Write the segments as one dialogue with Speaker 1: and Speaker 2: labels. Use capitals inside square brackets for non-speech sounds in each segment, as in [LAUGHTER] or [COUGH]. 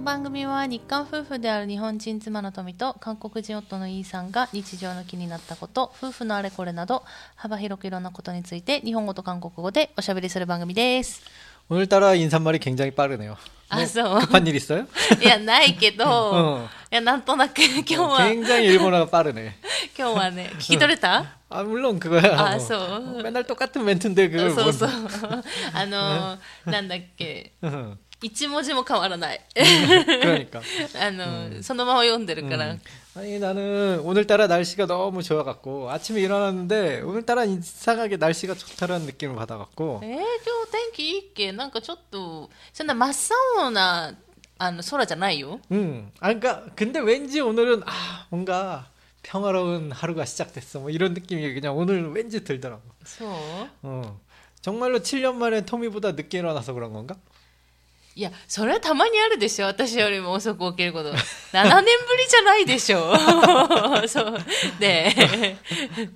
Speaker 1: 番組は日韓夫婦である日本人妻の富と韓国人夫のイーさんが日常の気になったこと夫婦のあれこれなど幅広くいろんなことについて日本語と韓国語でおしゃべりする番組です。
Speaker 2: 오늘따라 인사말이 굉장히 빠르네요.
Speaker 1: 아,
Speaker 2: 뭐
Speaker 1: so.
Speaker 2: 급한 일 있어요?
Speaker 1: [LAUGHS] [LAUGHS] いやないけど、
Speaker 2: 어.
Speaker 1: いやなんとなく今日は今
Speaker 2: 굉장히 일본어가 빠르네.
Speaker 1: 日はね聞き取れた？
Speaker 2: 아 물론 그거야.
Speaker 1: 아,
Speaker 2: 뭐.
Speaker 1: so.
Speaker 2: 맨날 똑같은 멘트인데 그걸
Speaker 1: そうそう
Speaker 2: 뭔-
Speaker 1: あのなんだっけ
Speaker 2: 응.
Speaker 1: 一文字も変わらない。
Speaker 2: [LAUGHS] 그러니까.
Speaker 1: [LAUGHS] あの、そのまま読んでるから。
Speaker 2: 음. 아니 나는 오늘따라 날씨가 너무 좋아갖고 아침에 일어났는데 오늘따라 이상하게 날씨가 좋다라는 느낌을 받아갖고
Speaker 1: えー、今日天気いいっけなんかちょっとそんな真っ青なあの空じゃないよ
Speaker 2: 음. 아 그러니까 근데 왠지 오늘은 아 뭔가 평화로운 하루가 시작됐어 뭐 이런 느낌이 그냥 오늘 왠지 들더라고.
Speaker 1: そう
Speaker 2: 어. 정말로 7년 만에 토미보다 늦게 일어나서 그런 건가?
Speaker 1: いやそれはたまにあるでしょ私よりも遅く起きること7年ぶりじゃないでしょ [LAUGHS] そうで1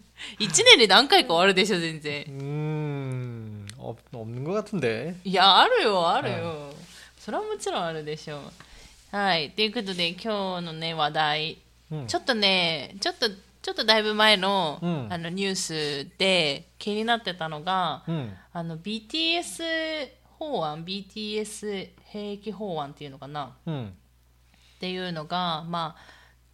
Speaker 1: 年で何回かあるでしょ全然
Speaker 2: 음, 없, 없는 것 같은데.
Speaker 1: いやあるよあるよ、それはもちろんあるでしょはいということで今日のね話題
Speaker 2: 음.
Speaker 1: ちょっとね、ちょっと、ちょっとだいぶ前の、
Speaker 2: うん
Speaker 1: あのニュースで気になってたのが、
Speaker 2: 음.
Speaker 1: あの BTS 法案、BTS 兵役法案っていうのかな
Speaker 2: 음.
Speaker 1: っていうのが、まあ、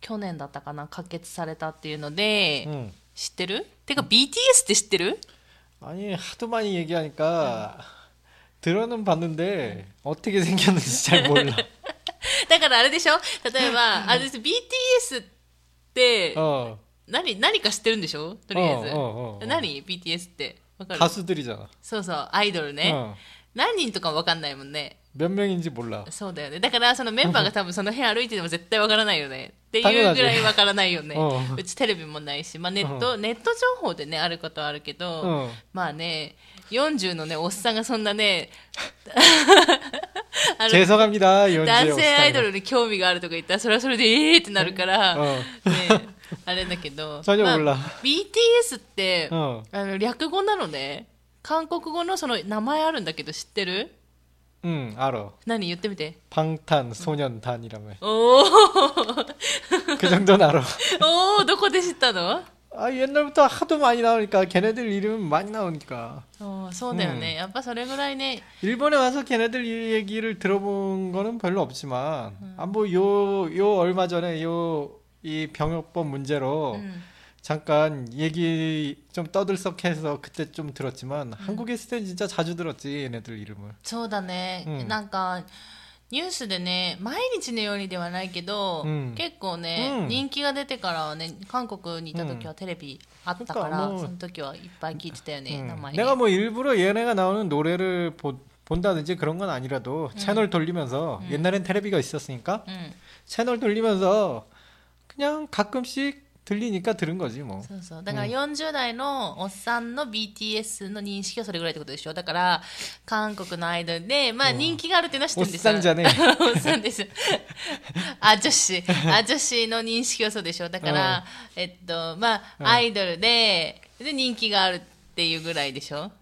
Speaker 1: 去年だったかな、可決されたっていうので、
Speaker 2: 음.
Speaker 1: 知ってるてか BTS って知ってる
Speaker 2: 아니 하도 많이 얘기하니까 들어는 봤는데 어떻게 생겼는지 잘 몰라.
Speaker 1: だからあれでしょ例えば、あ、です BTS って、
Speaker 2: 어,
Speaker 1: 何、何か知ってるんでしょとりあえず。
Speaker 2: うんうんうんうん
Speaker 1: 何 ?BTS って。わかる
Speaker 2: 가수들이잖아.
Speaker 1: そうそう、アイドルね。
Speaker 2: 어,
Speaker 1: 何人とかわかんないもんね
Speaker 2: 몇 명인지 몰라.
Speaker 1: そうだよねだからそのメンバーが多分その辺歩いてても絶対わからないよねってい
Speaker 2: 食べな
Speaker 1: う
Speaker 2: い
Speaker 1: ぐらいわからないよね
Speaker 2: うん
Speaker 1: うちテレビもないし、まあ、ネット、ネット情報でねあることはあるけど、
Speaker 2: 어.
Speaker 1: まあね40のねおっさんがそんな
Speaker 2: [LAUGHS]
Speaker 1: ねあの
Speaker 2: 죄송합니다. 연주의
Speaker 1: 男性
Speaker 2: 옷상은.
Speaker 1: アイドルに興味があるとか言ったらそれはそれでええってなるから、
Speaker 2: うん
Speaker 1: ね、あれだけど
Speaker 2: [LAUGHS] それでも
Speaker 1: まあ
Speaker 2: ほら
Speaker 1: BTS って、
Speaker 2: 어.
Speaker 1: あの略語なのね韓国語のその名前あるんだけど知ってる
Speaker 2: 응, 음, 알아.
Speaker 1: 何言ってみて
Speaker 2: 방탄 소년단이라며.
Speaker 1: おー [LAUGHS]
Speaker 2: 그 정도는 알아. [LAUGHS]
Speaker 1: おーどこで知ったの
Speaker 2: 아 옛날부터 하도 많이 나오니까 걔네들 이름 많이 나오니까.
Speaker 1: おーそうだよね、
Speaker 2: うん
Speaker 1: やっぱそれぐらいね
Speaker 2: 일본에 와서 걔네들 이 얘기를 들어본 거는 별로 없지만 아뭐요요 얼마 전에 요 이 병역법 문제로
Speaker 1: うん、
Speaker 2: 잠깐 얘기 좀 떠들썩해서 그때 좀 들었지만 한국에 있을 땐 진짜 자주 들었지 얘네들 이름을
Speaker 1: そうだね、
Speaker 2: うん
Speaker 1: なんかニュースでね毎日のようにではないけど、
Speaker 2: うん
Speaker 1: 結構ね、
Speaker 2: うん
Speaker 1: 人気が出てからはね韓国にいた時はテレビあったから、
Speaker 2: うん
Speaker 1: その時はいっぱい聞いてたよね、
Speaker 2: 음.
Speaker 1: 名前ね
Speaker 2: 내가 뭐 일부러 얘네가 나오는 노래를 보- 본다든지 그런 건 아니라도 채널 돌리면서 옛날엔 테레비가 있었으니까
Speaker 1: うん、
Speaker 2: 채널 돌리면서 그냥 가끔씩 들리니까 들은 거지 뭐
Speaker 1: そうそうだから40代のおっさんの BTS の認識はそれぐらいってことでしょだから韓国のアイドルでまあ人気があるっていうのは知ってるんですよ
Speaker 2: おっさんじゃね
Speaker 1: お [LAUGHS] っさんですあ女子あ女子の認識はそうでしょだから、えっとまあ、
Speaker 2: うん
Speaker 1: アイドルでで人気があるっていうぐらいでしょ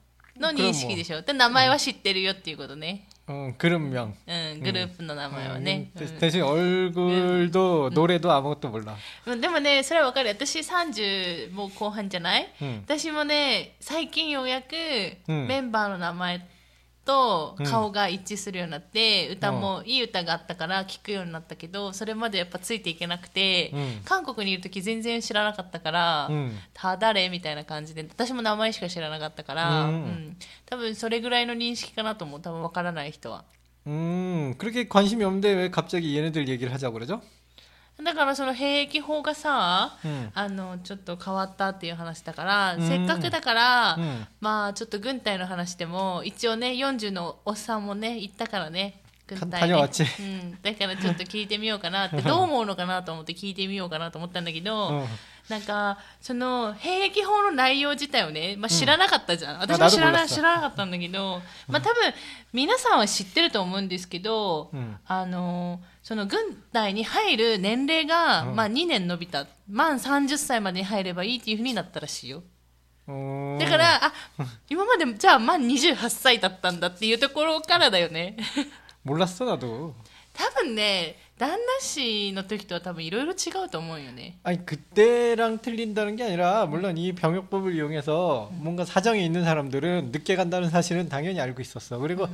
Speaker 1: の認識でしょで名前は知ってるよっていうことね、
Speaker 2: 음, 그런 명
Speaker 1: うん、グループの名前はね、
Speaker 2: 음, 대- 대신 얼굴도 노래도 아무것도 몰라.
Speaker 1: うんでもねそれはわかる私30もう後半じゃない、
Speaker 2: うん
Speaker 1: 私もね最近ようやく
Speaker 2: うん
Speaker 1: メンバーの名前と
Speaker 2: うん
Speaker 1: 顔が一致するようになって、歌もいい歌があったから聴くようになったけどそれまでやっぱついていけなくて、
Speaker 2: うん
Speaker 1: 韓国にいる時全然知らなかったから、
Speaker 2: 음.
Speaker 1: ただれみたいな感じで私も名前しか知らなかったから、
Speaker 2: うん
Speaker 1: うん多分それぐらいの認識かなと思う多分わからない人は。
Speaker 2: 음, 그렇게 관심이 없는데 왜 갑자기 얘네들 얘기를 하자고 그러죠?
Speaker 1: だからその兵役法がさ、
Speaker 2: うん
Speaker 1: あのちょっと変わったっていう話だから、
Speaker 2: うん
Speaker 1: せっかくだから、
Speaker 2: うん
Speaker 1: まあちょっと軍隊の話でも一応ね40のおっさんもね行ったからね軍隊ね
Speaker 2: か谷町
Speaker 1: うん、だからちょっと聞いてみようかなってどう思うのかなと思って聞いてみようかなと思ったんだけど、
Speaker 2: 어.
Speaker 1: なんかその兵役法の内容自体をね、まあ、知らなかったじゃん、私も
Speaker 2: なるほど
Speaker 1: 知らな
Speaker 2: です
Speaker 1: 知らなかったんだけど、まあ、多分皆さんは知ってると思うんですけど、
Speaker 2: うん
Speaker 1: あのその軍隊に入る年齢が、まあ、2年延びた満30歳までに入ればいいっていうふうになったらしいよ。
Speaker 2: 어.
Speaker 1: だから、あ今までじゃあ満28歳だったんだっていうところからだよね。 [LAUGHS]
Speaker 2: 몰랐어 나도.
Speaker 1: だ多分ね旦那氏の時とは多分いろいろ違うと思うよね
Speaker 2: 아니 그때랑 틀린다는 게 아니라 물론 이 병역법을 이용해서 뭔가 사정이 있는 사람들은 늦게 간다는 사실은 당연히 알고 있었어. 그리고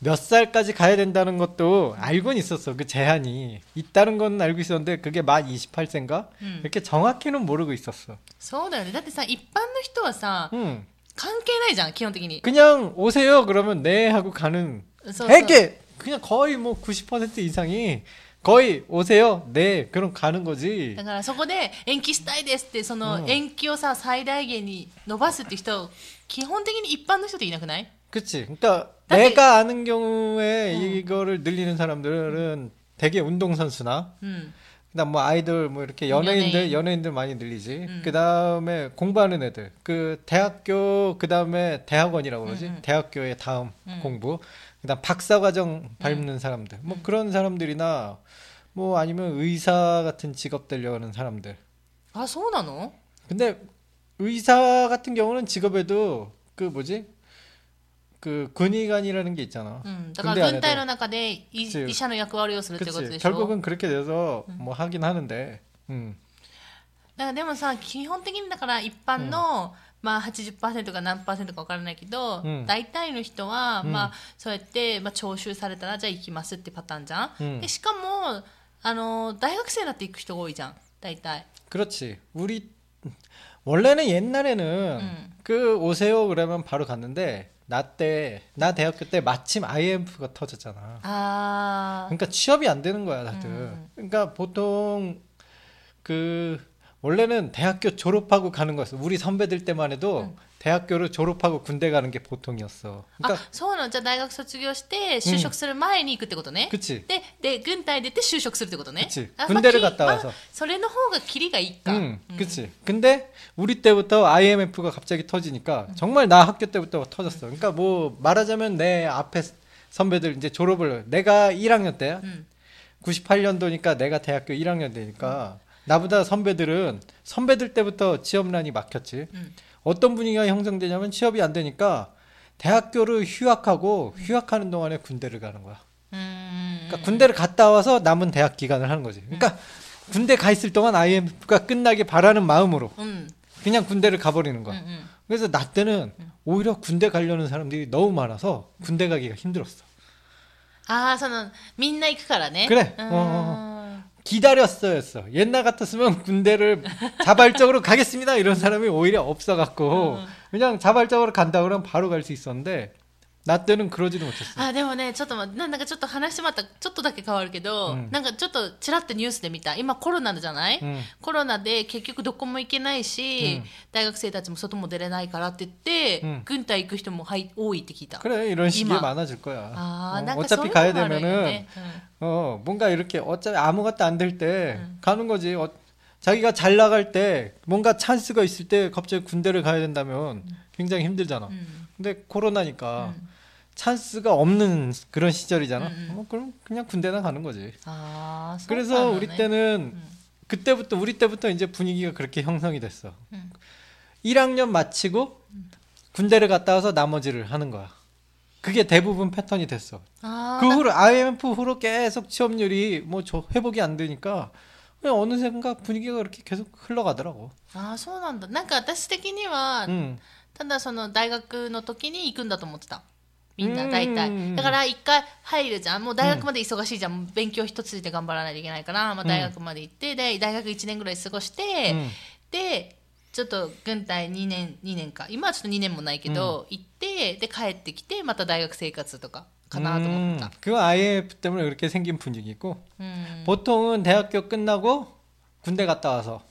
Speaker 2: 몇 살까지 가야 된다는 것도 알고는 있었어. 그 제한이 있다는 건 알고 있었는데 그게 만 28세인가
Speaker 1: 음.
Speaker 2: 이렇게 정확히는 모르고 있었어.
Speaker 1: そうだよねだってさ一般の人はさ
Speaker 2: 음.
Speaker 1: 関係ないじゃん基本的に
Speaker 2: 그냥 오세요 그러면 네 하고 가는
Speaker 1: そうそう
Speaker 2: 되게 그냥 거의 뭐 90% 이상이 거의 오세요 네 그럼 가는 거지.
Speaker 1: だからそこで延期したいですってその
Speaker 2: うん
Speaker 1: 延期をさ最大限に伸ばすって人基本的に一般の人っていなくない
Speaker 2: 그치. 그러니까
Speaker 1: 딱히-
Speaker 2: 내가 아는 경우에
Speaker 1: 음.
Speaker 2: 이거를 늘리는 사람들은 되게 운동선수나
Speaker 1: うん、
Speaker 2: 그다음 뭐 아이돌 뭐 이렇게 연예인들
Speaker 1: 연예인.
Speaker 2: 연예인. 들 많이 늘리지.
Speaker 1: 음.
Speaker 2: 그다음에 공부하는 애들. 그 대학교 그다음에 대학원이라고 그러지.
Speaker 1: 음, 음.
Speaker 2: 대학교의 다음
Speaker 1: 음.
Speaker 2: 공부. 그다음 박사 과정 밟는 사람들. 뭐 그런 사람들이나 뭐 아니면 의사 같은 직업 되려는 사람들.
Speaker 1: あそうなの
Speaker 2: 근데 의사 같은 경우는 직업에도 그 뭐지? 그 군의관이라는 게 있잖아.
Speaker 1: うん、だか
Speaker 2: 軍隊
Speaker 1: ら
Speaker 2: あれ
Speaker 1: 軍
Speaker 2: だ
Speaker 1: 隊の中でい
Speaker 2: 그치
Speaker 1: 医者の役割をするってこと
Speaker 2: 음, 그치.
Speaker 1: でしょ
Speaker 2: 결국은 그렇게 돼서 뭐 하긴 하는데. 음.
Speaker 1: だからでもさ基本的にだから一般の、まあ、80%か何パーセントか分からないけど、
Speaker 2: うん
Speaker 1: 大体の人は、
Speaker 2: うん
Speaker 1: まあ、そうやって、まあ、徴収されたらじゃあ行きますってパターンじゃん、
Speaker 2: 음.
Speaker 1: でしかもあの大学生だって行く人が多いじゃん大体
Speaker 2: 그렇지. 우리 원래는 옛날에는
Speaker 1: 음.
Speaker 2: 그 오세요 그러면 바로 갔는데 나 때 나 대학교 때 마침 IMF가 터졌잖아.
Speaker 1: ああ
Speaker 2: 그러니까 취업이 안 되는 거야, 다들.
Speaker 1: 음.
Speaker 2: 그러니까 보통 그 원래는 대학교 졸업하고 가는 거였어. 우리 선배들 때만 해도
Speaker 1: 음.
Speaker 2: 대학교를 졸업하고 군대 가는 게 보통이었어.
Speaker 1: あ
Speaker 2: 그러니까
Speaker 1: そうなのじゃあ大学卒業して就職する前に行くってことね、
Speaker 2: 그치.
Speaker 1: でで軍隊出て就職するってことね
Speaker 2: 그치.
Speaker 1: あまあ
Speaker 2: 군대를
Speaker 1: き
Speaker 2: 갔다
Speaker 1: まあ
Speaker 2: 와서.
Speaker 1: それの方がキリがいいか、
Speaker 2: 응, 음, 그치. 근데 우리 때부터 IMF가 갑자기 터지니까 정말 나 학교 때부터 터졌어. 그러니까 뭐 말하자면 내 앞에 선배들 이제 졸업을 내가 1학년 때
Speaker 1: うん
Speaker 2: 98년도니까 내가 대학교 1학년 되니까 나보다 선배들은 선배들 때부터 취업난이 막혔지.
Speaker 1: 음.
Speaker 2: 어떤 분위기가 형성되냐면 취업이 안 되니까 대학교를 휴학하고 휴학하는 동안에 군대를 가는 거야.
Speaker 1: うーん
Speaker 2: 그러니까 군대를 갔다 와서 남은 대학 기간을 하는 거지. 그러니까 군대 가 있을 동안 IMF가 끝나길 바라는 마음으로
Speaker 1: うんうん
Speaker 2: 그냥 군대를 가버리는
Speaker 1: う
Speaker 2: 거야.
Speaker 1: ん
Speaker 2: 그래서 나 때는 오히려 군대 가려는 사람들이 너무 많아서 군대 가기가 힘들었어.
Speaker 1: ああそのみんな行くからね
Speaker 2: くれ
Speaker 1: うーん
Speaker 2: 기다렸어였어. 옛날 같았으면 군대를 자발적으로 가겠습니다 이런 사람이 오히려 없어갖고
Speaker 1: 음.
Speaker 2: 그냥 자발적으로 간다 그러면 바로 갈 수 있었는데 나 때는 그러지도 못했어.
Speaker 1: あでもねちょっと待ってななんかちょっと話またちょっとだけ変わるけど、
Speaker 2: うん
Speaker 1: なんかちょっとちらっとニュースで見た今コロナじゃない、
Speaker 2: 음.
Speaker 1: コロナで結局どこも行けないし、
Speaker 2: うん
Speaker 1: 大学生たちも外も出れないからって言って、
Speaker 2: うん
Speaker 1: 軍隊行く人もはい多いって聞いた
Speaker 2: 그래 이런 식이
Speaker 1: 이마.
Speaker 2: 많아질 거야.
Speaker 1: あー
Speaker 2: 어,
Speaker 1: なんかそういうの
Speaker 2: 어차피
Speaker 1: もあ
Speaker 2: 가야
Speaker 1: るよ
Speaker 2: 되면은
Speaker 1: ね、うん
Speaker 2: 어 뭔가 이렇게 어차피 아무것도 안 될 때 가는 거지. 어, 자기가 잘 나갈 때 뭔가 찬스가 있을 때 갑자기 군대를 가야 된다면 굉장히 힘들잖아.
Speaker 1: 음.
Speaker 2: 근데 코로나니까 찬스가 없는 그런 시절이잖아.
Speaker 1: 음, 음.
Speaker 2: 어, 그럼 그냥 군대나 가는 거지.
Speaker 1: あーそうなんだね
Speaker 2: 그래서 우리 때는
Speaker 1: 음.
Speaker 2: 그때부터 우리 때부터 이제 분위기가 그렇게 형성이 됐어.
Speaker 1: 음.
Speaker 2: 1학년 마치고 군대를 갔다 와서 나머지를 하는 거야. 그게 대부분 패턴이 됐어.
Speaker 1: あー
Speaker 2: 그 후로 IMF 후로 계속 취업률이 뭐 저- 회복이 안 되니까 그냥 어느샌가 분위기가 그렇게 계속 흘러가더라고.
Speaker 1: あーそうなんだなんか私的には、
Speaker 2: 음.
Speaker 1: ただその大学の時に行くんだと思ってたみん
Speaker 2: う
Speaker 1: な
Speaker 2: ーん
Speaker 1: 大体だから一回入るじゃんもう大学まで忙しいじゃん、もう勉強一つで頑張らないといけないから、まあ、大学まで行ってで大学1年ぐらい過ごして、
Speaker 2: 음.
Speaker 1: でちょっと軍隊2年2年か今はちょっと2年もないけど、行ってで帰ってきてまた大学生活とかかなと思ってた
Speaker 2: 음, 그 IMF 때문에 그렇게 생긴 분위기고
Speaker 1: うん、
Speaker 2: 음. 보통은 대학교 끝나고 군대 갔다 와서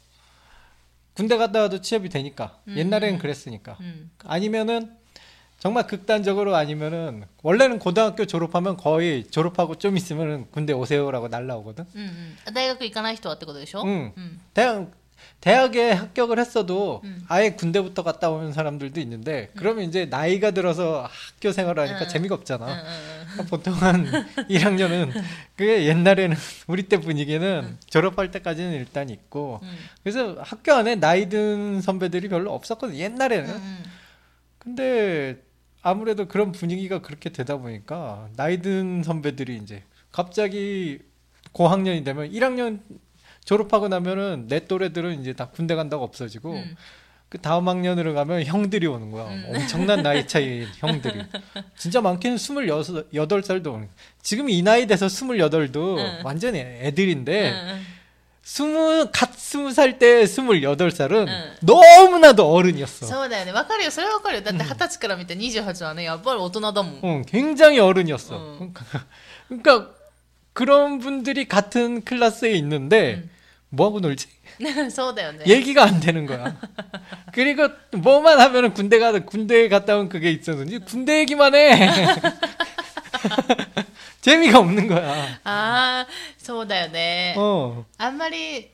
Speaker 2: 군대 갔다 와도 취업이 되니까 옛날에는 음. 그랬으니까
Speaker 1: うん
Speaker 2: 그러니까. 아니면은 정말 극단적으로 아니면은 원래는 고등학교 졸업하면 거의 졸업하고 좀 있으면은 군대 오세요라고 날라오거든. 음.
Speaker 1: うんうん大学行かない人はってことでしょ、
Speaker 2: うん
Speaker 1: うん、
Speaker 2: 대학 대학에 합격을 했어도
Speaker 1: 음.
Speaker 2: 아예 군대부터 갔다 오는 사람들도 있는데 그러면 이제 나이가 들어서 학교 생활하니까
Speaker 1: 음.
Speaker 2: 재미가
Speaker 1: うんうん
Speaker 2: 없잖아.
Speaker 1: うん
Speaker 2: 보통 한 [LAUGHS] 1학년은 그게 옛날에는 [LAUGHS] 우리 때
Speaker 1: 음.
Speaker 2: 분위기는 졸업할 때까지는 일단 있고
Speaker 1: うん
Speaker 2: 그래서 학교 안에 나이 든 선배들이 별로 없었거든 옛날에는
Speaker 1: うんうん
Speaker 2: 근데 아무래도 그런 분위기가 그렇게 되다 보니까 나이 든 선배들이 이제 갑자기 고학년이 되면 1학년 졸업하고 나면은 내 또래들은 이제 다 군대 간다고 없어지고
Speaker 1: 음.
Speaker 2: 그 다음 학년으로 가면 형들이 오는 거야.
Speaker 1: 음.
Speaker 2: 엄청난 나이 차이
Speaker 1: [LAUGHS]
Speaker 2: 형들이. 진짜 많게는 28살도 오는 거야. 지금 이 나이 돼서 28도
Speaker 1: 응.
Speaker 2: 완전히 애들인데
Speaker 1: 응,
Speaker 2: 스무 갓 20살 때 28살은
Speaker 1: 응.
Speaker 2: 너무나도 어른이었어.
Speaker 1: そうだよね。わかるよ。それはわかるよ。だって二十歳から見た28はね、やっぱり大人だもん。
Speaker 2: 응, 어, 굉장히 어른이었어.
Speaker 1: 응.
Speaker 2: [LAUGHS] 그러니까 그런 분들이 같은 클래스에 있는데
Speaker 1: 응.
Speaker 2: 뭐하고 놀지?
Speaker 1: そうだよね。
Speaker 2: 얘기가 안 되는 거야. [LAUGHS] 그리고 뭐만 하면은 군대 가 군대 갔다 온 그게 있었는지 군대 얘기만 해. [LAUGHS] 재미가 없는 거야.
Speaker 1: ああ、そうだよね。
Speaker 2: 어.
Speaker 1: あんまり、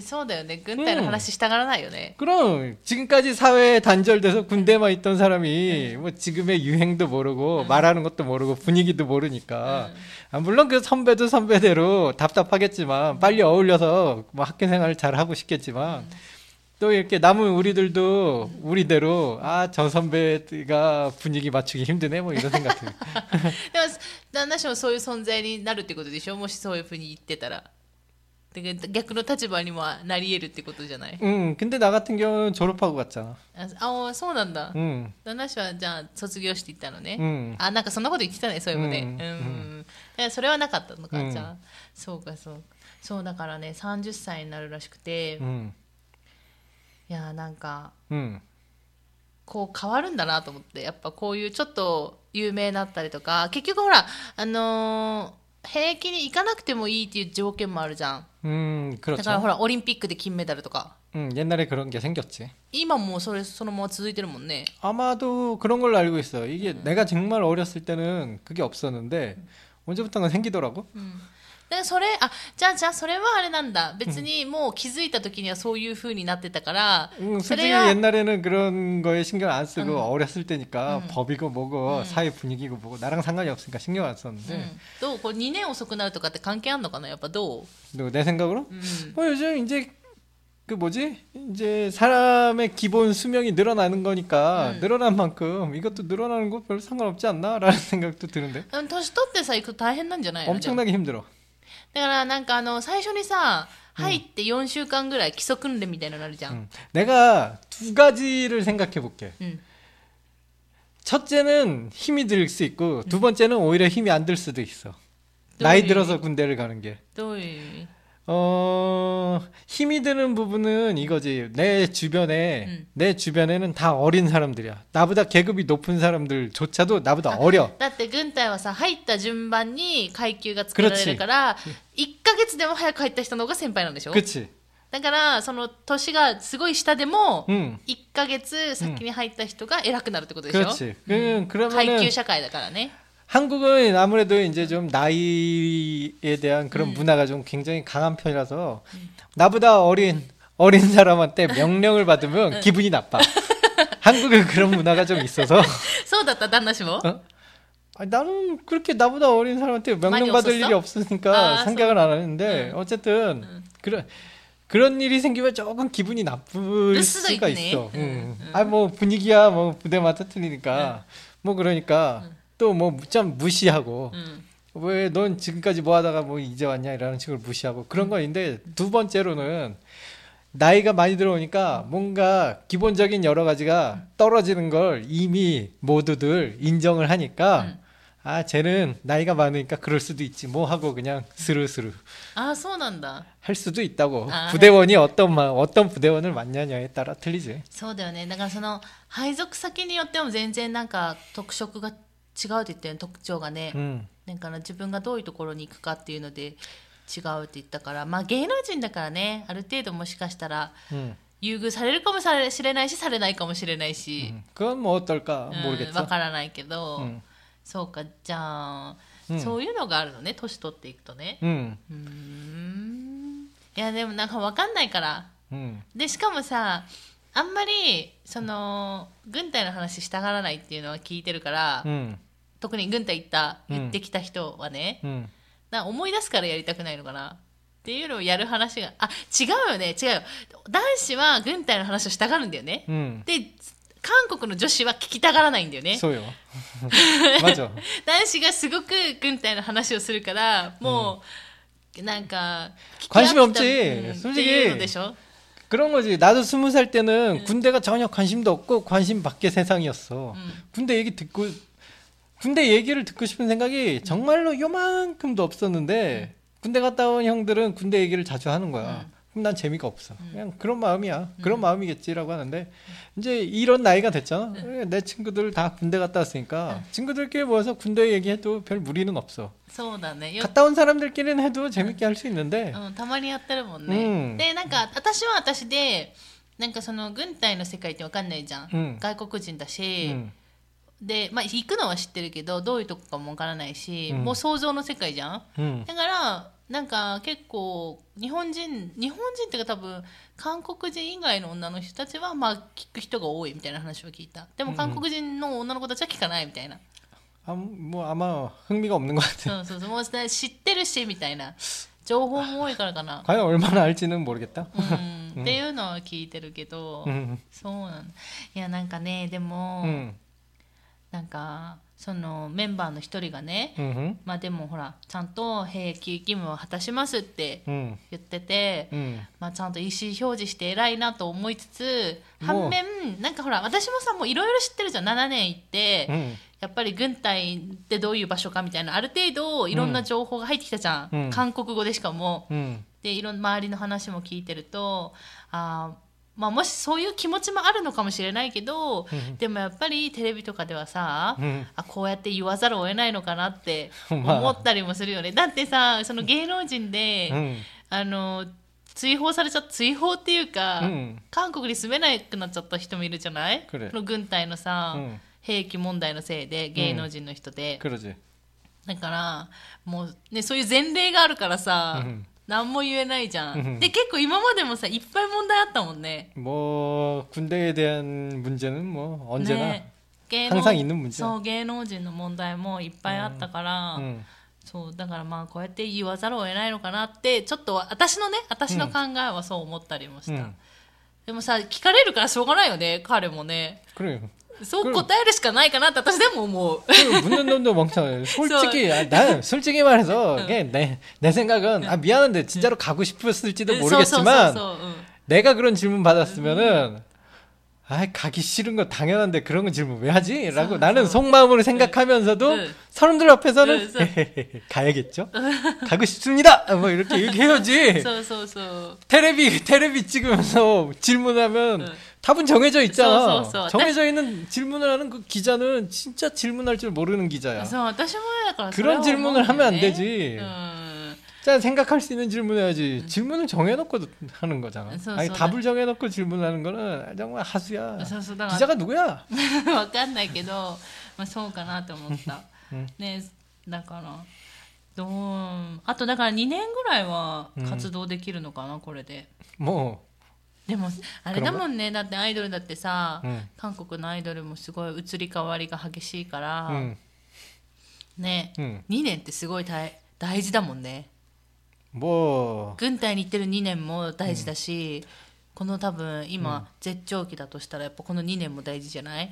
Speaker 1: そうだよね。軍隊の話したがらないよね。
Speaker 2: 그럼 지금까지 사회에 단절돼서 군대만 있던 사람이 뭐 지금의 유행도 모르고 말하는 것도 모르고 분위기도 모르니까 아, 물론 그 선배도 선배대로 답답하겠지만 빨리 어울려서 뭐 학교 생활을 잘 하고 싶겠지만 또 이렇게 남은 우리들도 우리대로 아 저 선배가 분위기 맞추기 힘드네 뭐 이런 생각 들어요.
Speaker 1: でも、旦那氏もそういう存在になるってことでしょもしそういうふうに言ってたら。で逆の立場にもなり得るってことじゃない
Speaker 2: 음 근데 나 같은 경우는 졸업하고 갔잖아.
Speaker 1: ああ、そうなんだ。
Speaker 2: 음,
Speaker 1: 旦那氏はじゃあ卒業していったのね。
Speaker 2: 음.
Speaker 1: あ、なんかそんなこと言ってたね、そういうのね。
Speaker 2: う
Speaker 1: うんん。う
Speaker 2: う
Speaker 1: んんえそれはなかったのか、
Speaker 2: うん
Speaker 1: じゃあ。そうか、そうか。そう、だからね、30歳になるらしくて、い
Speaker 2: 음,
Speaker 1: やー、なんか、
Speaker 2: 음,
Speaker 1: こう変わるんだなと思って、やっぱこういうちょっと有名になったりとか、結局ほら、あのー兵役に行かなくてもいいっていう条件もあるじゃん。
Speaker 2: 음,
Speaker 1: だから
Speaker 2: 그렇죠.
Speaker 1: ほら、オリンピックで金メダルとか。
Speaker 2: 음, 옛날에 그런 게 생겼지.
Speaker 1: 今もうそれ、そのまま続いてるもんね。
Speaker 2: 아마도 그런 걸로 알고 있어요. 이게 내가 정말 어렸을 때는 그게 없었는데 언제부턴가 생기더라고.
Speaker 1: うんでそれあじゃあじゃあそれはあれなんだ別にもう気づいた時にはそういう風になってたから、
Speaker 2: 음,
Speaker 1: そ
Speaker 2: 솔직히
Speaker 1: れが
Speaker 2: 옛날에는 그런 거에 신경 안 쓰고 어렸을 때니까 법이고 뭐고 사회 분위기고 뭐고 나랑 상관이 없으니까 신경 안
Speaker 1: う
Speaker 2: 썼는데
Speaker 1: ん、どうこう2年遅くなるとかって関係あんのかなやっぱどう、
Speaker 2: 근데 내 생각으로
Speaker 1: うん、
Speaker 2: 뭐 요즘 이제 그 뭐지 이제 사람의 기본 수명이 늘어나는 거니까
Speaker 1: 음.
Speaker 2: 늘어난 만큼 이것도 늘어나는 거 별로 상관없지 않나라는 [LAUGHS] 생각도 드는데
Speaker 1: でも年取ってさ行くと大変なんじゃないのでも
Speaker 2: 엄청나게 힘들어.
Speaker 1: だからなんかあの最初にさ入って4週間ぐらい基礎訓練みたいなのあるじゃん、
Speaker 2: 음. 내가 두 가지를 생각해 볼게.
Speaker 1: うん
Speaker 2: 첫째는 힘이 들 수 있고 두 번째는 오히려 힘이 안 들 수도 있어. 나이
Speaker 1: 네.
Speaker 2: 들어서 군대를 가는 게.
Speaker 1: どういう意味、
Speaker 2: 어, 힘이 드는 부분은 이거지. 내 주변에
Speaker 1: 음.
Speaker 2: 내 주변에는 다 어린 사람들이야. 나보다 계급이 높은 사람들조차도 나보다 어려.
Speaker 1: だって軍隊はさ入った順番に階級が作られるから1ヶ月でも早く入った人の方が先輩なんでしょ
Speaker 2: 그치?
Speaker 1: だからその年がすごい下でも、
Speaker 2: 응.
Speaker 1: 1ヶ月先に入った人が偉くなるってことでしょ、
Speaker 2: 그렇지. 그, 그러면은
Speaker 1: 階級社会だからね
Speaker 2: 한국은 아무래도
Speaker 1: 네.
Speaker 2: 이제 좀 나이에 대한 그런 문화가 좀 굉장히 강한 편이라서
Speaker 1: 네.
Speaker 2: 나보다 어린 어린 사람한테 명령을 받으면
Speaker 1: 네.
Speaker 2: 기분이
Speaker 1: [LAUGHS]
Speaker 2: 나빠. 한국은 그런 문화가 좀 있어서
Speaker 1: そうだった旦那氏も、
Speaker 2: 어? 아니, 나는 그렇게 나보다 어린 사람한테 명령
Speaker 1: 많이
Speaker 2: 받을
Speaker 1: 없었어?
Speaker 2: 일이 없으니까
Speaker 1: 아, 네.
Speaker 2: 생각을 안 하는데
Speaker 1: 응.
Speaker 2: 어쨌든 그런 그런 일이 생기면 조금 기분이 나쁠
Speaker 1: 그럴 수도
Speaker 2: 수가
Speaker 1: 있네. 네.
Speaker 2: 있어. 음.
Speaker 1: 응,
Speaker 2: 아뭐 분위기야 뭐 부대마다 틀리니까 뭐 그러니까 또 뭐 좀 무시하고
Speaker 1: うん
Speaker 2: 왜 넌 지금까지 뭐 하다가 뭐 이제 왔냐 이런 식으로 무시하고 그런 거 건데 두 번째로는 나이가 많이 들어오니까 뭔가 기본적인 여러 가지가 떨어지는 걸 이미 모두들 인정을 하니까
Speaker 1: 음.
Speaker 2: 아 쟤는 나이가 많으니까 그럴 수도 있지 뭐 하고 그냥 스르스르
Speaker 1: ああそうなんだ
Speaker 2: 할 수도 있다고
Speaker 1: 아.
Speaker 2: 부대원이 어떤 마- 어떤 부대원을 만나냐에 따라 틀리지
Speaker 1: そうだよねだからその配属先によっても全然なんか特色が違うって言ったよね特徴がね、
Speaker 2: 음.
Speaker 1: なんかあの自分がどういうところに行くかっていうので違うって言ったからまあ芸能人だからねある程度もしかしたら
Speaker 2: 음.
Speaker 1: 優遇されるかもしれないしされないかもしれないし、
Speaker 2: 음. 그건 뭐 어떨까
Speaker 1: うんわ
Speaker 2: 모르겠어
Speaker 1: からないけど、
Speaker 2: 음.
Speaker 1: そうかじゃあ、
Speaker 2: うん
Speaker 1: そういうのがあるのね年取っていくとね
Speaker 2: 음.
Speaker 1: うーんいやでもなんかわかんないから
Speaker 2: 음.
Speaker 1: でしかもさあんまりその軍隊の話したがらないっていうのは聞いてるから、
Speaker 2: 음.
Speaker 1: 特に軍隊行った
Speaker 2: うん
Speaker 1: 行ってきた人はね、
Speaker 2: 음.
Speaker 1: なんか思い出すからやりたくないのかなっていうのをやる話があ違うよね違うよ男子は軍隊の話をしたがるんだよね、
Speaker 2: 음.
Speaker 1: で韓国の女子は聞きたがらないんだよね。
Speaker 2: そうよ [LAUGHS] 맞아
Speaker 1: 男子がすごく軍隊の話をするから、もう、なんか、聞き飽きた
Speaker 2: 관심이 없지.
Speaker 1: うん
Speaker 2: 솔직히.
Speaker 1: っていうのでしょ
Speaker 2: 그런 거지 나도 스무 살 때는 군대가 전혀 관심도 없고 관심 밖의 세상이었어
Speaker 1: 음.
Speaker 2: 군대 얘기 듣고 군대 얘기를 듣고 싶은 생각이 정말로 요만큼도 없었는데 군대 갔다 온 형들은 군대 얘기를 자주 하는 거야
Speaker 1: 음.
Speaker 2: 그럼 난 재미가 없어 그냥 그런 마음이야 그런 마음이겠지라고 하는데 이제 이런 나이가 됐잖아
Speaker 1: 음.
Speaker 2: 예, 내 친구들 다 군대 갔다 왔으니까 친구들끼리 모여서 군대 얘기해도 별 무리는 없어
Speaker 1: そうだね。よ
Speaker 2: 갔다 온 사람들끼리는 해도 재밌게
Speaker 1: 음.
Speaker 2: 할 수 있는데
Speaker 1: うん、たまにやってるもん
Speaker 2: う
Speaker 1: ね。
Speaker 2: ん
Speaker 1: で、なんか、私は私で、なんかその軍隊の世界ってわかんないじゃん。
Speaker 2: うん
Speaker 1: 外国人だし、
Speaker 2: 음.
Speaker 1: で、まあ、行くのは知ってるけど、どういうとこかもわからないし、
Speaker 2: うん
Speaker 1: もう想像の世界じゃん。
Speaker 2: 음.
Speaker 1: だから、なんか結構、日本人、日本人っていうか多分、韓国人以外の女の人たちは、まあ、聞く人が多いみたいな話を聞いた。でも、韓国人の女の子たちは聞かないみた
Speaker 2: [LAUGHS]
Speaker 1: いな。
Speaker 2: 아, 뭐 아마 흥미가 없는 것
Speaker 1: [LAUGHS]
Speaker 2: 같아.
Speaker 1: そうそうそう、もう知ってるし、みたいな。情報も多いからかな。
Speaker 2: 과연 얼마나 알지는 모르겠다.
Speaker 1: うんっていうのは聞いてるけど、
Speaker 2: 음.
Speaker 1: そうなんいやなんかねでも、
Speaker 2: 음.
Speaker 1: なんかそのメンバーの一人がね、
Speaker 2: 음.
Speaker 1: まあでもほらちゃんと兵役義務を果たしますって
Speaker 2: 음.
Speaker 1: 言ってて、
Speaker 2: 음.
Speaker 1: まあ、ちゃんと意思表示して偉いなと思いつつ
Speaker 2: も
Speaker 1: 反
Speaker 2: う
Speaker 1: 面なんかほら私もさもういろいろ知ってるじゃん7年行って、
Speaker 2: 음.
Speaker 1: やっぱり軍隊ってどういう場所かみたいなある程度いろんな情報が入ってきたじゃん、
Speaker 2: うん
Speaker 1: 韓国語でしかも。
Speaker 2: 음.
Speaker 1: でいろんな周りの話も聞いてるとあーまあ、もしそういう気持ちもあるのかもしれないけど、
Speaker 2: うん
Speaker 1: でもやっぱりテレビとかではさ、
Speaker 2: 음.
Speaker 1: あこうやって言わざるを得ないのかなって
Speaker 2: [LAUGHS] まあ
Speaker 1: 思ったりもするよね、だってさその芸能人で、
Speaker 2: 음.
Speaker 1: あの追放されちゃった追放っていうか、
Speaker 2: 음.
Speaker 1: 韓国に住めなくなっちゃった人もいるじゃない
Speaker 2: 그래
Speaker 1: その軍隊のさ、
Speaker 2: 음.
Speaker 1: 兵器問題のせいで芸能人の人で、
Speaker 2: 그러지.
Speaker 1: だからもうねそういう前例があるからさ、
Speaker 2: うん
Speaker 1: 何も言えないじゃん、
Speaker 2: うん
Speaker 1: で結構今までもさいっぱい問題あったもんね
Speaker 2: 뭐 군대에 대한 문제는 뭐 언제나
Speaker 1: ね芸
Speaker 2: 항상있는문제
Speaker 1: そう芸能人の問題もいっぱいあったから、
Speaker 2: 음.
Speaker 1: そうだからまあこうやって言わざるを得ないのかなってちょっと私のね私の考えはそう思ったりもした、
Speaker 2: うん
Speaker 1: でもさ聞かれるからしょうがないよね彼もね
Speaker 2: 그래요.
Speaker 1: そ
Speaker 2: 그럼
Speaker 1: う答えるしかないかなって私でも思う
Speaker 2: 그 묻는 놈도 멍청해. 솔직히 아, 난 솔직히 말해서 이게 내, 내 생각은 아 미안한데 진짜로 가고 싶었을지도
Speaker 1: そう
Speaker 2: 모르겠지만
Speaker 1: そうそうそう、うん
Speaker 2: 내가 그런 질문 받았으면은 아 가기 싫은 거 당연한데 그런 거 질문 왜 하지? 라고
Speaker 1: 서-
Speaker 2: 나는
Speaker 1: 서-
Speaker 2: 속마음으로 생각하면서도
Speaker 1: 응.
Speaker 2: 사람들 앞에서는
Speaker 1: 응, 서-
Speaker 2: [LAUGHS] 가야겠죠? 가고 싶습니다! 뭐 이렇게 얘기해야지
Speaker 1: そうそうそう
Speaker 2: 테레비, 테레비 찍으면서 질문하면
Speaker 1: 응.
Speaker 2: 답은 정해져 있잖아
Speaker 1: 서- 서- 서.
Speaker 2: 정해져 있는 질문을 하는 그 기자는 진짜 질문할 줄 모르는 기자야
Speaker 1: そう私もだからそれは
Speaker 2: 그런
Speaker 1: 思うんだよ
Speaker 2: 질문을
Speaker 1: ね
Speaker 2: 하면 안
Speaker 1: 네.
Speaker 2: 되지
Speaker 1: う
Speaker 2: 자 생각할 수 있는 질문해야지 질문을 정해놓고 하는 거잖아.
Speaker 1: 서-
Speaker 2: 아니
Speaker 1: 서-
Speaker 2: 답을 정해놓고 질문하는 거는 정말 하수야.
Speaker 1: んそうそうだか
Speaker 2: 기자가 누구야?
Speaker 1: ら [LAUGHS] わかんないけど、まあ、そうかなと思った、
Speaker 2: うん
Speaker 1: ねだからどうあとだから2年ぐらいは活動できるのかな、これで
Speaker 2: 뭐
Speaker 1: でもあれだもんねだってアイドルだってさ、
Speaker 2: うん
Speaker 1: 韓国のアイドルもすごい移り変わりが激しいから、
Speaker 2: 응,
Speaker 1: ね、
Speaker 2: 응.
Speaker 1: 2年ってすごい大大事だもんね
Speaker 2: 뭐
Speaker 1: 軍隊に行ってる2年も大事だし、この多分今、絶頂期だとしたらやっぱこの2年も大事じゃない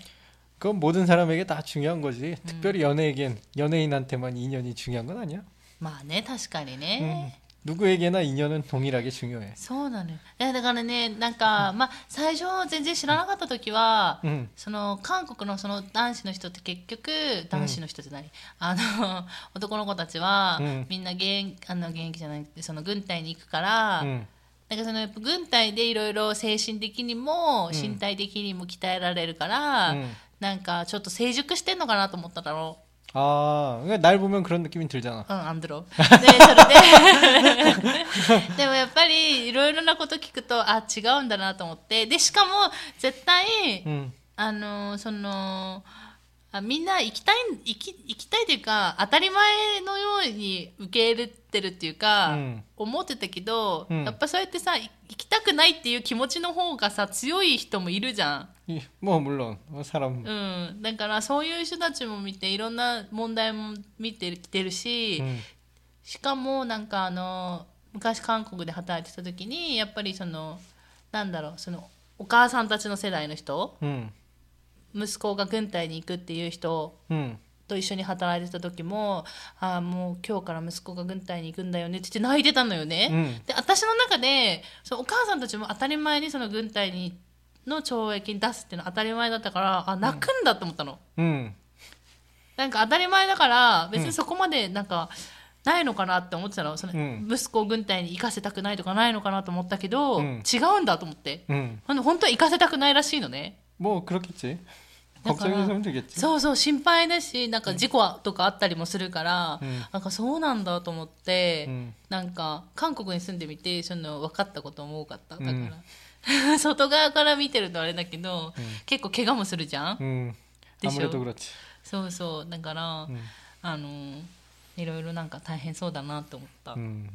Speaker 2: 그건 모든 사람에게 다 중요한 거지. 특별히 연예인 연예인한테만 인연이 중요한 건 아니야.
Speaker 1: まあね確かに
Speaker 2: 응.
Speaker 1: ね、
Speaker 2: 누구에게나 인연은 동일하게 중요해.
Speaker 1: そうなのよえだからねなんか、まあ最初全然知らなかった時は、
Speaker 2: 응,
Speaker 1: その韓国のその男子の人って結局男子の人じゃない、あの [LAUGHS] 男の子たちは、
Speaker 2: うん
Speaker 1: みんな現あの現役じゃなくてその軍隊に行くから、
Speaker 2: 응,
Speaker 1: なんかそのやっぱ軍隊でいろいろ精神的にも身体的にも鍛えられるから、
Speaker 2: 응.
Speaker 1: なんかちょっと成熟してんのかなと思っただろう。
Speaker 2: 아, 그러니까 날 보면 그런 느낌이 들잖아.
Speaker 1: うん、アンドロ。で、それで、 [LAUGHS] でもやっぱりいろいろなこと聞くと、あ、違うんだなと思って、で、しかも絶対、
Speaker 2: 응,
Speaker 1: あの、その、あみんな行きたい、行き、行きたいというか、当たり前のように受け入れてるっていうか、
Speaker 2: うん
Speaker 1: 思ってたけど、
Speaker 2: うん
Speaker 1: やっぱそうやってさ、い行きたくないっていう気持ちの方がさ、強い人もいるじゃん。
Speaker 2: 이- 뭐 물론 사람.
Speaker 1: うん、だからそういう人たちも見ていろんな問題も見てきてるし、
Speaker 2: 응,
Speaker 1: しかもなんかあの昔韓国で働いてた時にやっぱりそのなんだろうそのお母さんたちの世代の人
Speaker 2: 응,
Speaker 1: 息子が軍隊に行くっていう人
Speaker 2: うん
Speaker 1: と一緒に働いてた時も「ああもう今日から息子が軍隊に行くんだよね」って言って泣いてたのよね。
Speaker 2: うん
Speaker 1: で私の中でそのお母さんたちも当たり前にその軍隊にの懲役に出すっていうのは当たり前だったからあ泣くんだと思ったの、
Speaker 2: うん
Speaker 1: なんか当たり前だから別
Speaker 2: うん
Speaker 1: にそこまでなんかないのかなって思ってたのその
Speaker 2: うん
Speaker 1: 息子を軍隊に行かせたくないとかないのかなと思ったけど、
Speaker 2: うん
Speaker 1: 違うんだと思って
Speaker 2: うん
Speaker 1: ほんで本当は行かせたくないらしいのね
Speaker 2: 뭐 그렇겠지
Speaker 1: 약간-
Speaker 2: 걱정해서면 되겠지
Speaker 1: そうそう心配だしなんか事故とかあったりもするから、
Speaker 2: うん
Speaker 1: なんかそうなんだと思って、
Speaker 2: 음.
Speaker 1: なんか韓国に住んでみてその分かったことも多かっただから、 [LAUGHS]
Speaker 2: うん
Speaker 1: 外側から見てるとあれだけど、結構怪我もするじゃん、
Speaker 2: 음.
Speaker 1: 되죠.
Speaker 2: 아무래도 그렇지
Speaker 1: そうそうだから、
Speaker 2: 음.
Speaker 1: あのいろいろなんか大変そうだなと思った、 [LAUGHS]
Speaker 2: 음.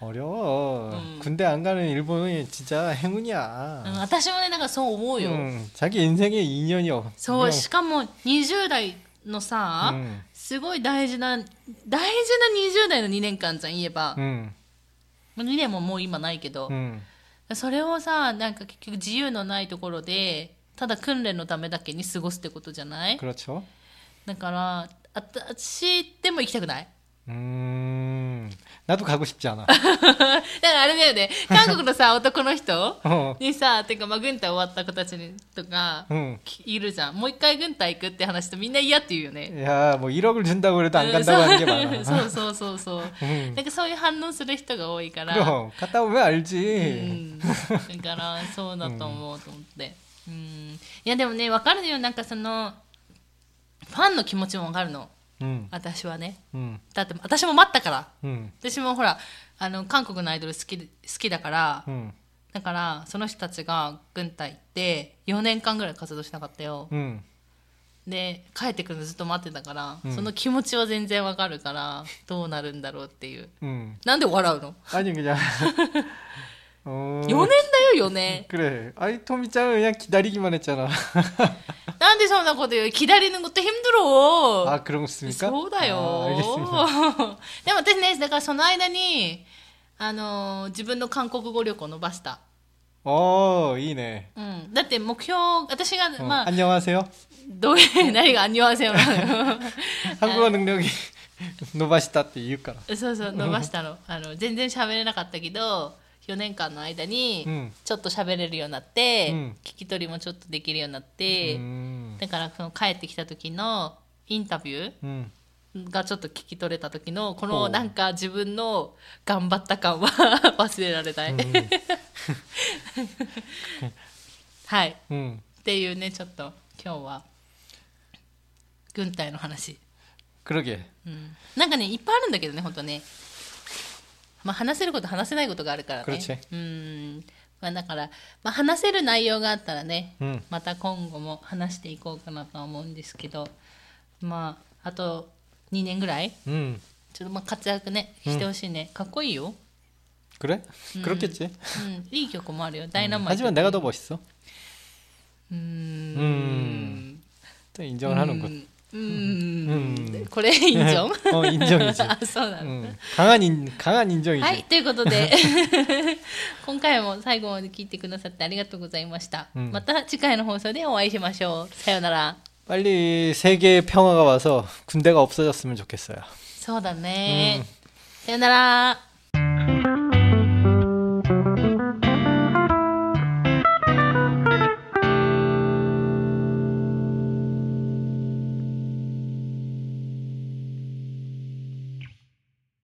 Speaker 2: 어려워
Speaker 1: 어. 음.
Speaker 2: 군대 안 가는 일본이 진짜
Speaker 1: うん
Speaker 2: 행운이야
Speaker 1: 私もねなんかそう思うよ、
Speaker 2: 음. 자기 인생의 인연이 없
Speaker 1: そう、しかも20代のさ、
Speaker 2: 음.
Speaker 1: すごい大事な大事な20代の2年間じゃん言えば、
Speaker 2: 음.
Speaker 1: 2年ももう今ないけど、
Speaker 2: 음.
Speaker 1: それをさなんか結局自由のないところでただ訓練のためだけに過ごすってことじゃない
Speaker 2: 그렇죠
Speaker 1: だから私でも行きたくない [LAUGHS]
Speaker 2: 음. 나도 가고 싶지 않아
Speaker 1: だからあれだよね韓国のさ男の人
Speaker 2: 어.
Speaker 1: にさてかまあ軍隊終わった子たちにとか
Speaker 2: 음.
Speaker 1: いるじゃんもう一回軍隊行くって話とみんな嫌って言うよね
Speaker 2: 야 뭐 1억을 준다고 그래도
Speaker 1: 음,
Speaker 2: 안 간다고 하는 게 많아
Speaker 1: そうそうそうそう
Speaker 2: 음.
Speaker 1: なんかそういう反応する人が多いからう
Speaker 2: 그럼 갔다 오면
Speaker 1: ん
Speaker 2: 알지
Speaker 1: だからそうだと思うと思ってうんいやでもね分かるよなんかそのファンの気持ちも分かるの
Speaker 2: 음.
Speaker 1: 私はね
Speaker 2: 음.
Speaker 1: だって私も待ったから
Speaker 2: 음.
Speaker 1: 私もほらあの韓国のアイドル好きで好きだから、
Speaker 2: 음.
Speaker 1: だからその人たちが軍隊行って4年間ぐらい活動しなかったよ、
Speaker 2: 음.
Speaker 1: で帰ってくるのずっと待ってたから、
Speaker 2: うん
Speaker 1: その気持ちは全然わかる
Speaker 2: [LAUGHS]
Speaker 1: からどうなるんだろうっていう
Speaker 2: 음.
Speaker 1: なんで笑うの
Speaker 2: 아니 그냥 어,
Speaker 1: 4年だよ4年
Speaker 2: [LAUGHS] 그래 아니 토미짱은 그냥 기다리기만 했잖아
Speaker 1: なんでそんなこと言う기다리는것도힘들어
Speaker 2: 아 그런 거 있습니까?
Speaker 1: そうだよ
Speaker 2: 아, 알겠습니다
Speaker 1: でも私ねだからその間にあのー自分の韓国語力を伸ばした、
Speaker 2: 어 이네
Speaker 1: うん、だって目標私が、
Speaker 2: 어,
Speaker 1: まあ
Speaker 2: 안녕하세요
Speaker 1: どういう何が「안녕하세요」な
Speaker 2: [LAUGHS]
Speaker 1: の
Speaker 2: 한국어 능력이 [LAUGHS] 노바시다 때 이유까라
Speaker 1: そうそう伸ばしたのあの全然喋れなかったけど4年間の間に
Speaker 2: うん
Speaker 1: ちょっと喋れるようになって、
Speaker 2: うん
Speaker 1: 聞き取りもちょっとできるようになって、
Speaker 2: 음,
Speaker 1: だからその帰ってきた時のインタビュ
Speaker 2: 음.
Speaker 1: ーがちょっと聞き取れた時のこ
Speaker 2: ほう
Speaker 1: のなんか自分の頑張った感は [LAUGHS] 忘れられない、はいっ
Speaker 2: 음.
Speaker 1: ていうねちょっと今日は軍隊の話
Speaker 2: 그러게
Speaker 1: うんなんかねいっぱいあるんだけどね本当ね、まあ、話せること話せないことがあるからね
Speaker 2: 그렇지
Speaker 1: うん、まあ、だから、まあ、話せる内容があったらね、
Speaker 2: 음.
Speaker 1: また今後も話していこうかなとは思うんですけどまああと2年ぐらい
Speaker 2: 음.
Speaker 1: ちょっとまあ活躍ねしてほしいね、かっこいいよ、
Speaker 2: 그래? 그렇겠지 음.
Speaker 1: うん、いい曲もあるよ「ダイナマイト」
Speaker 2: 하지만 내가 더 멋있어
Speaker 1: うーん
Speaker 2: 또 인정을 하는
Speaker 1: う
Speaker 2: 군
Speaker 1: んうー
Speaker 2: うん
Speaker 1: んこれいいんじゃん
Speaker 2: 어
Speaker 1: [LAUGHS]
Speaker 2: 인정이지
Speaker 1: あそうなんだ、
Speaker 2: 음. 강한 인 강한 인정이지
Speaker 1: はい、ということで [LAUGHS] 今回も最後まで聞いてくださってありがとうございました、
Speaker 2: うん
Speaker 1: また次回の放送でお会いしましょうさようなら
Speaker 2: 빨리 세계의 평화가 와서 군대가 없어졌으면 좋겠어요
Speaker 1: そうだね、さようなら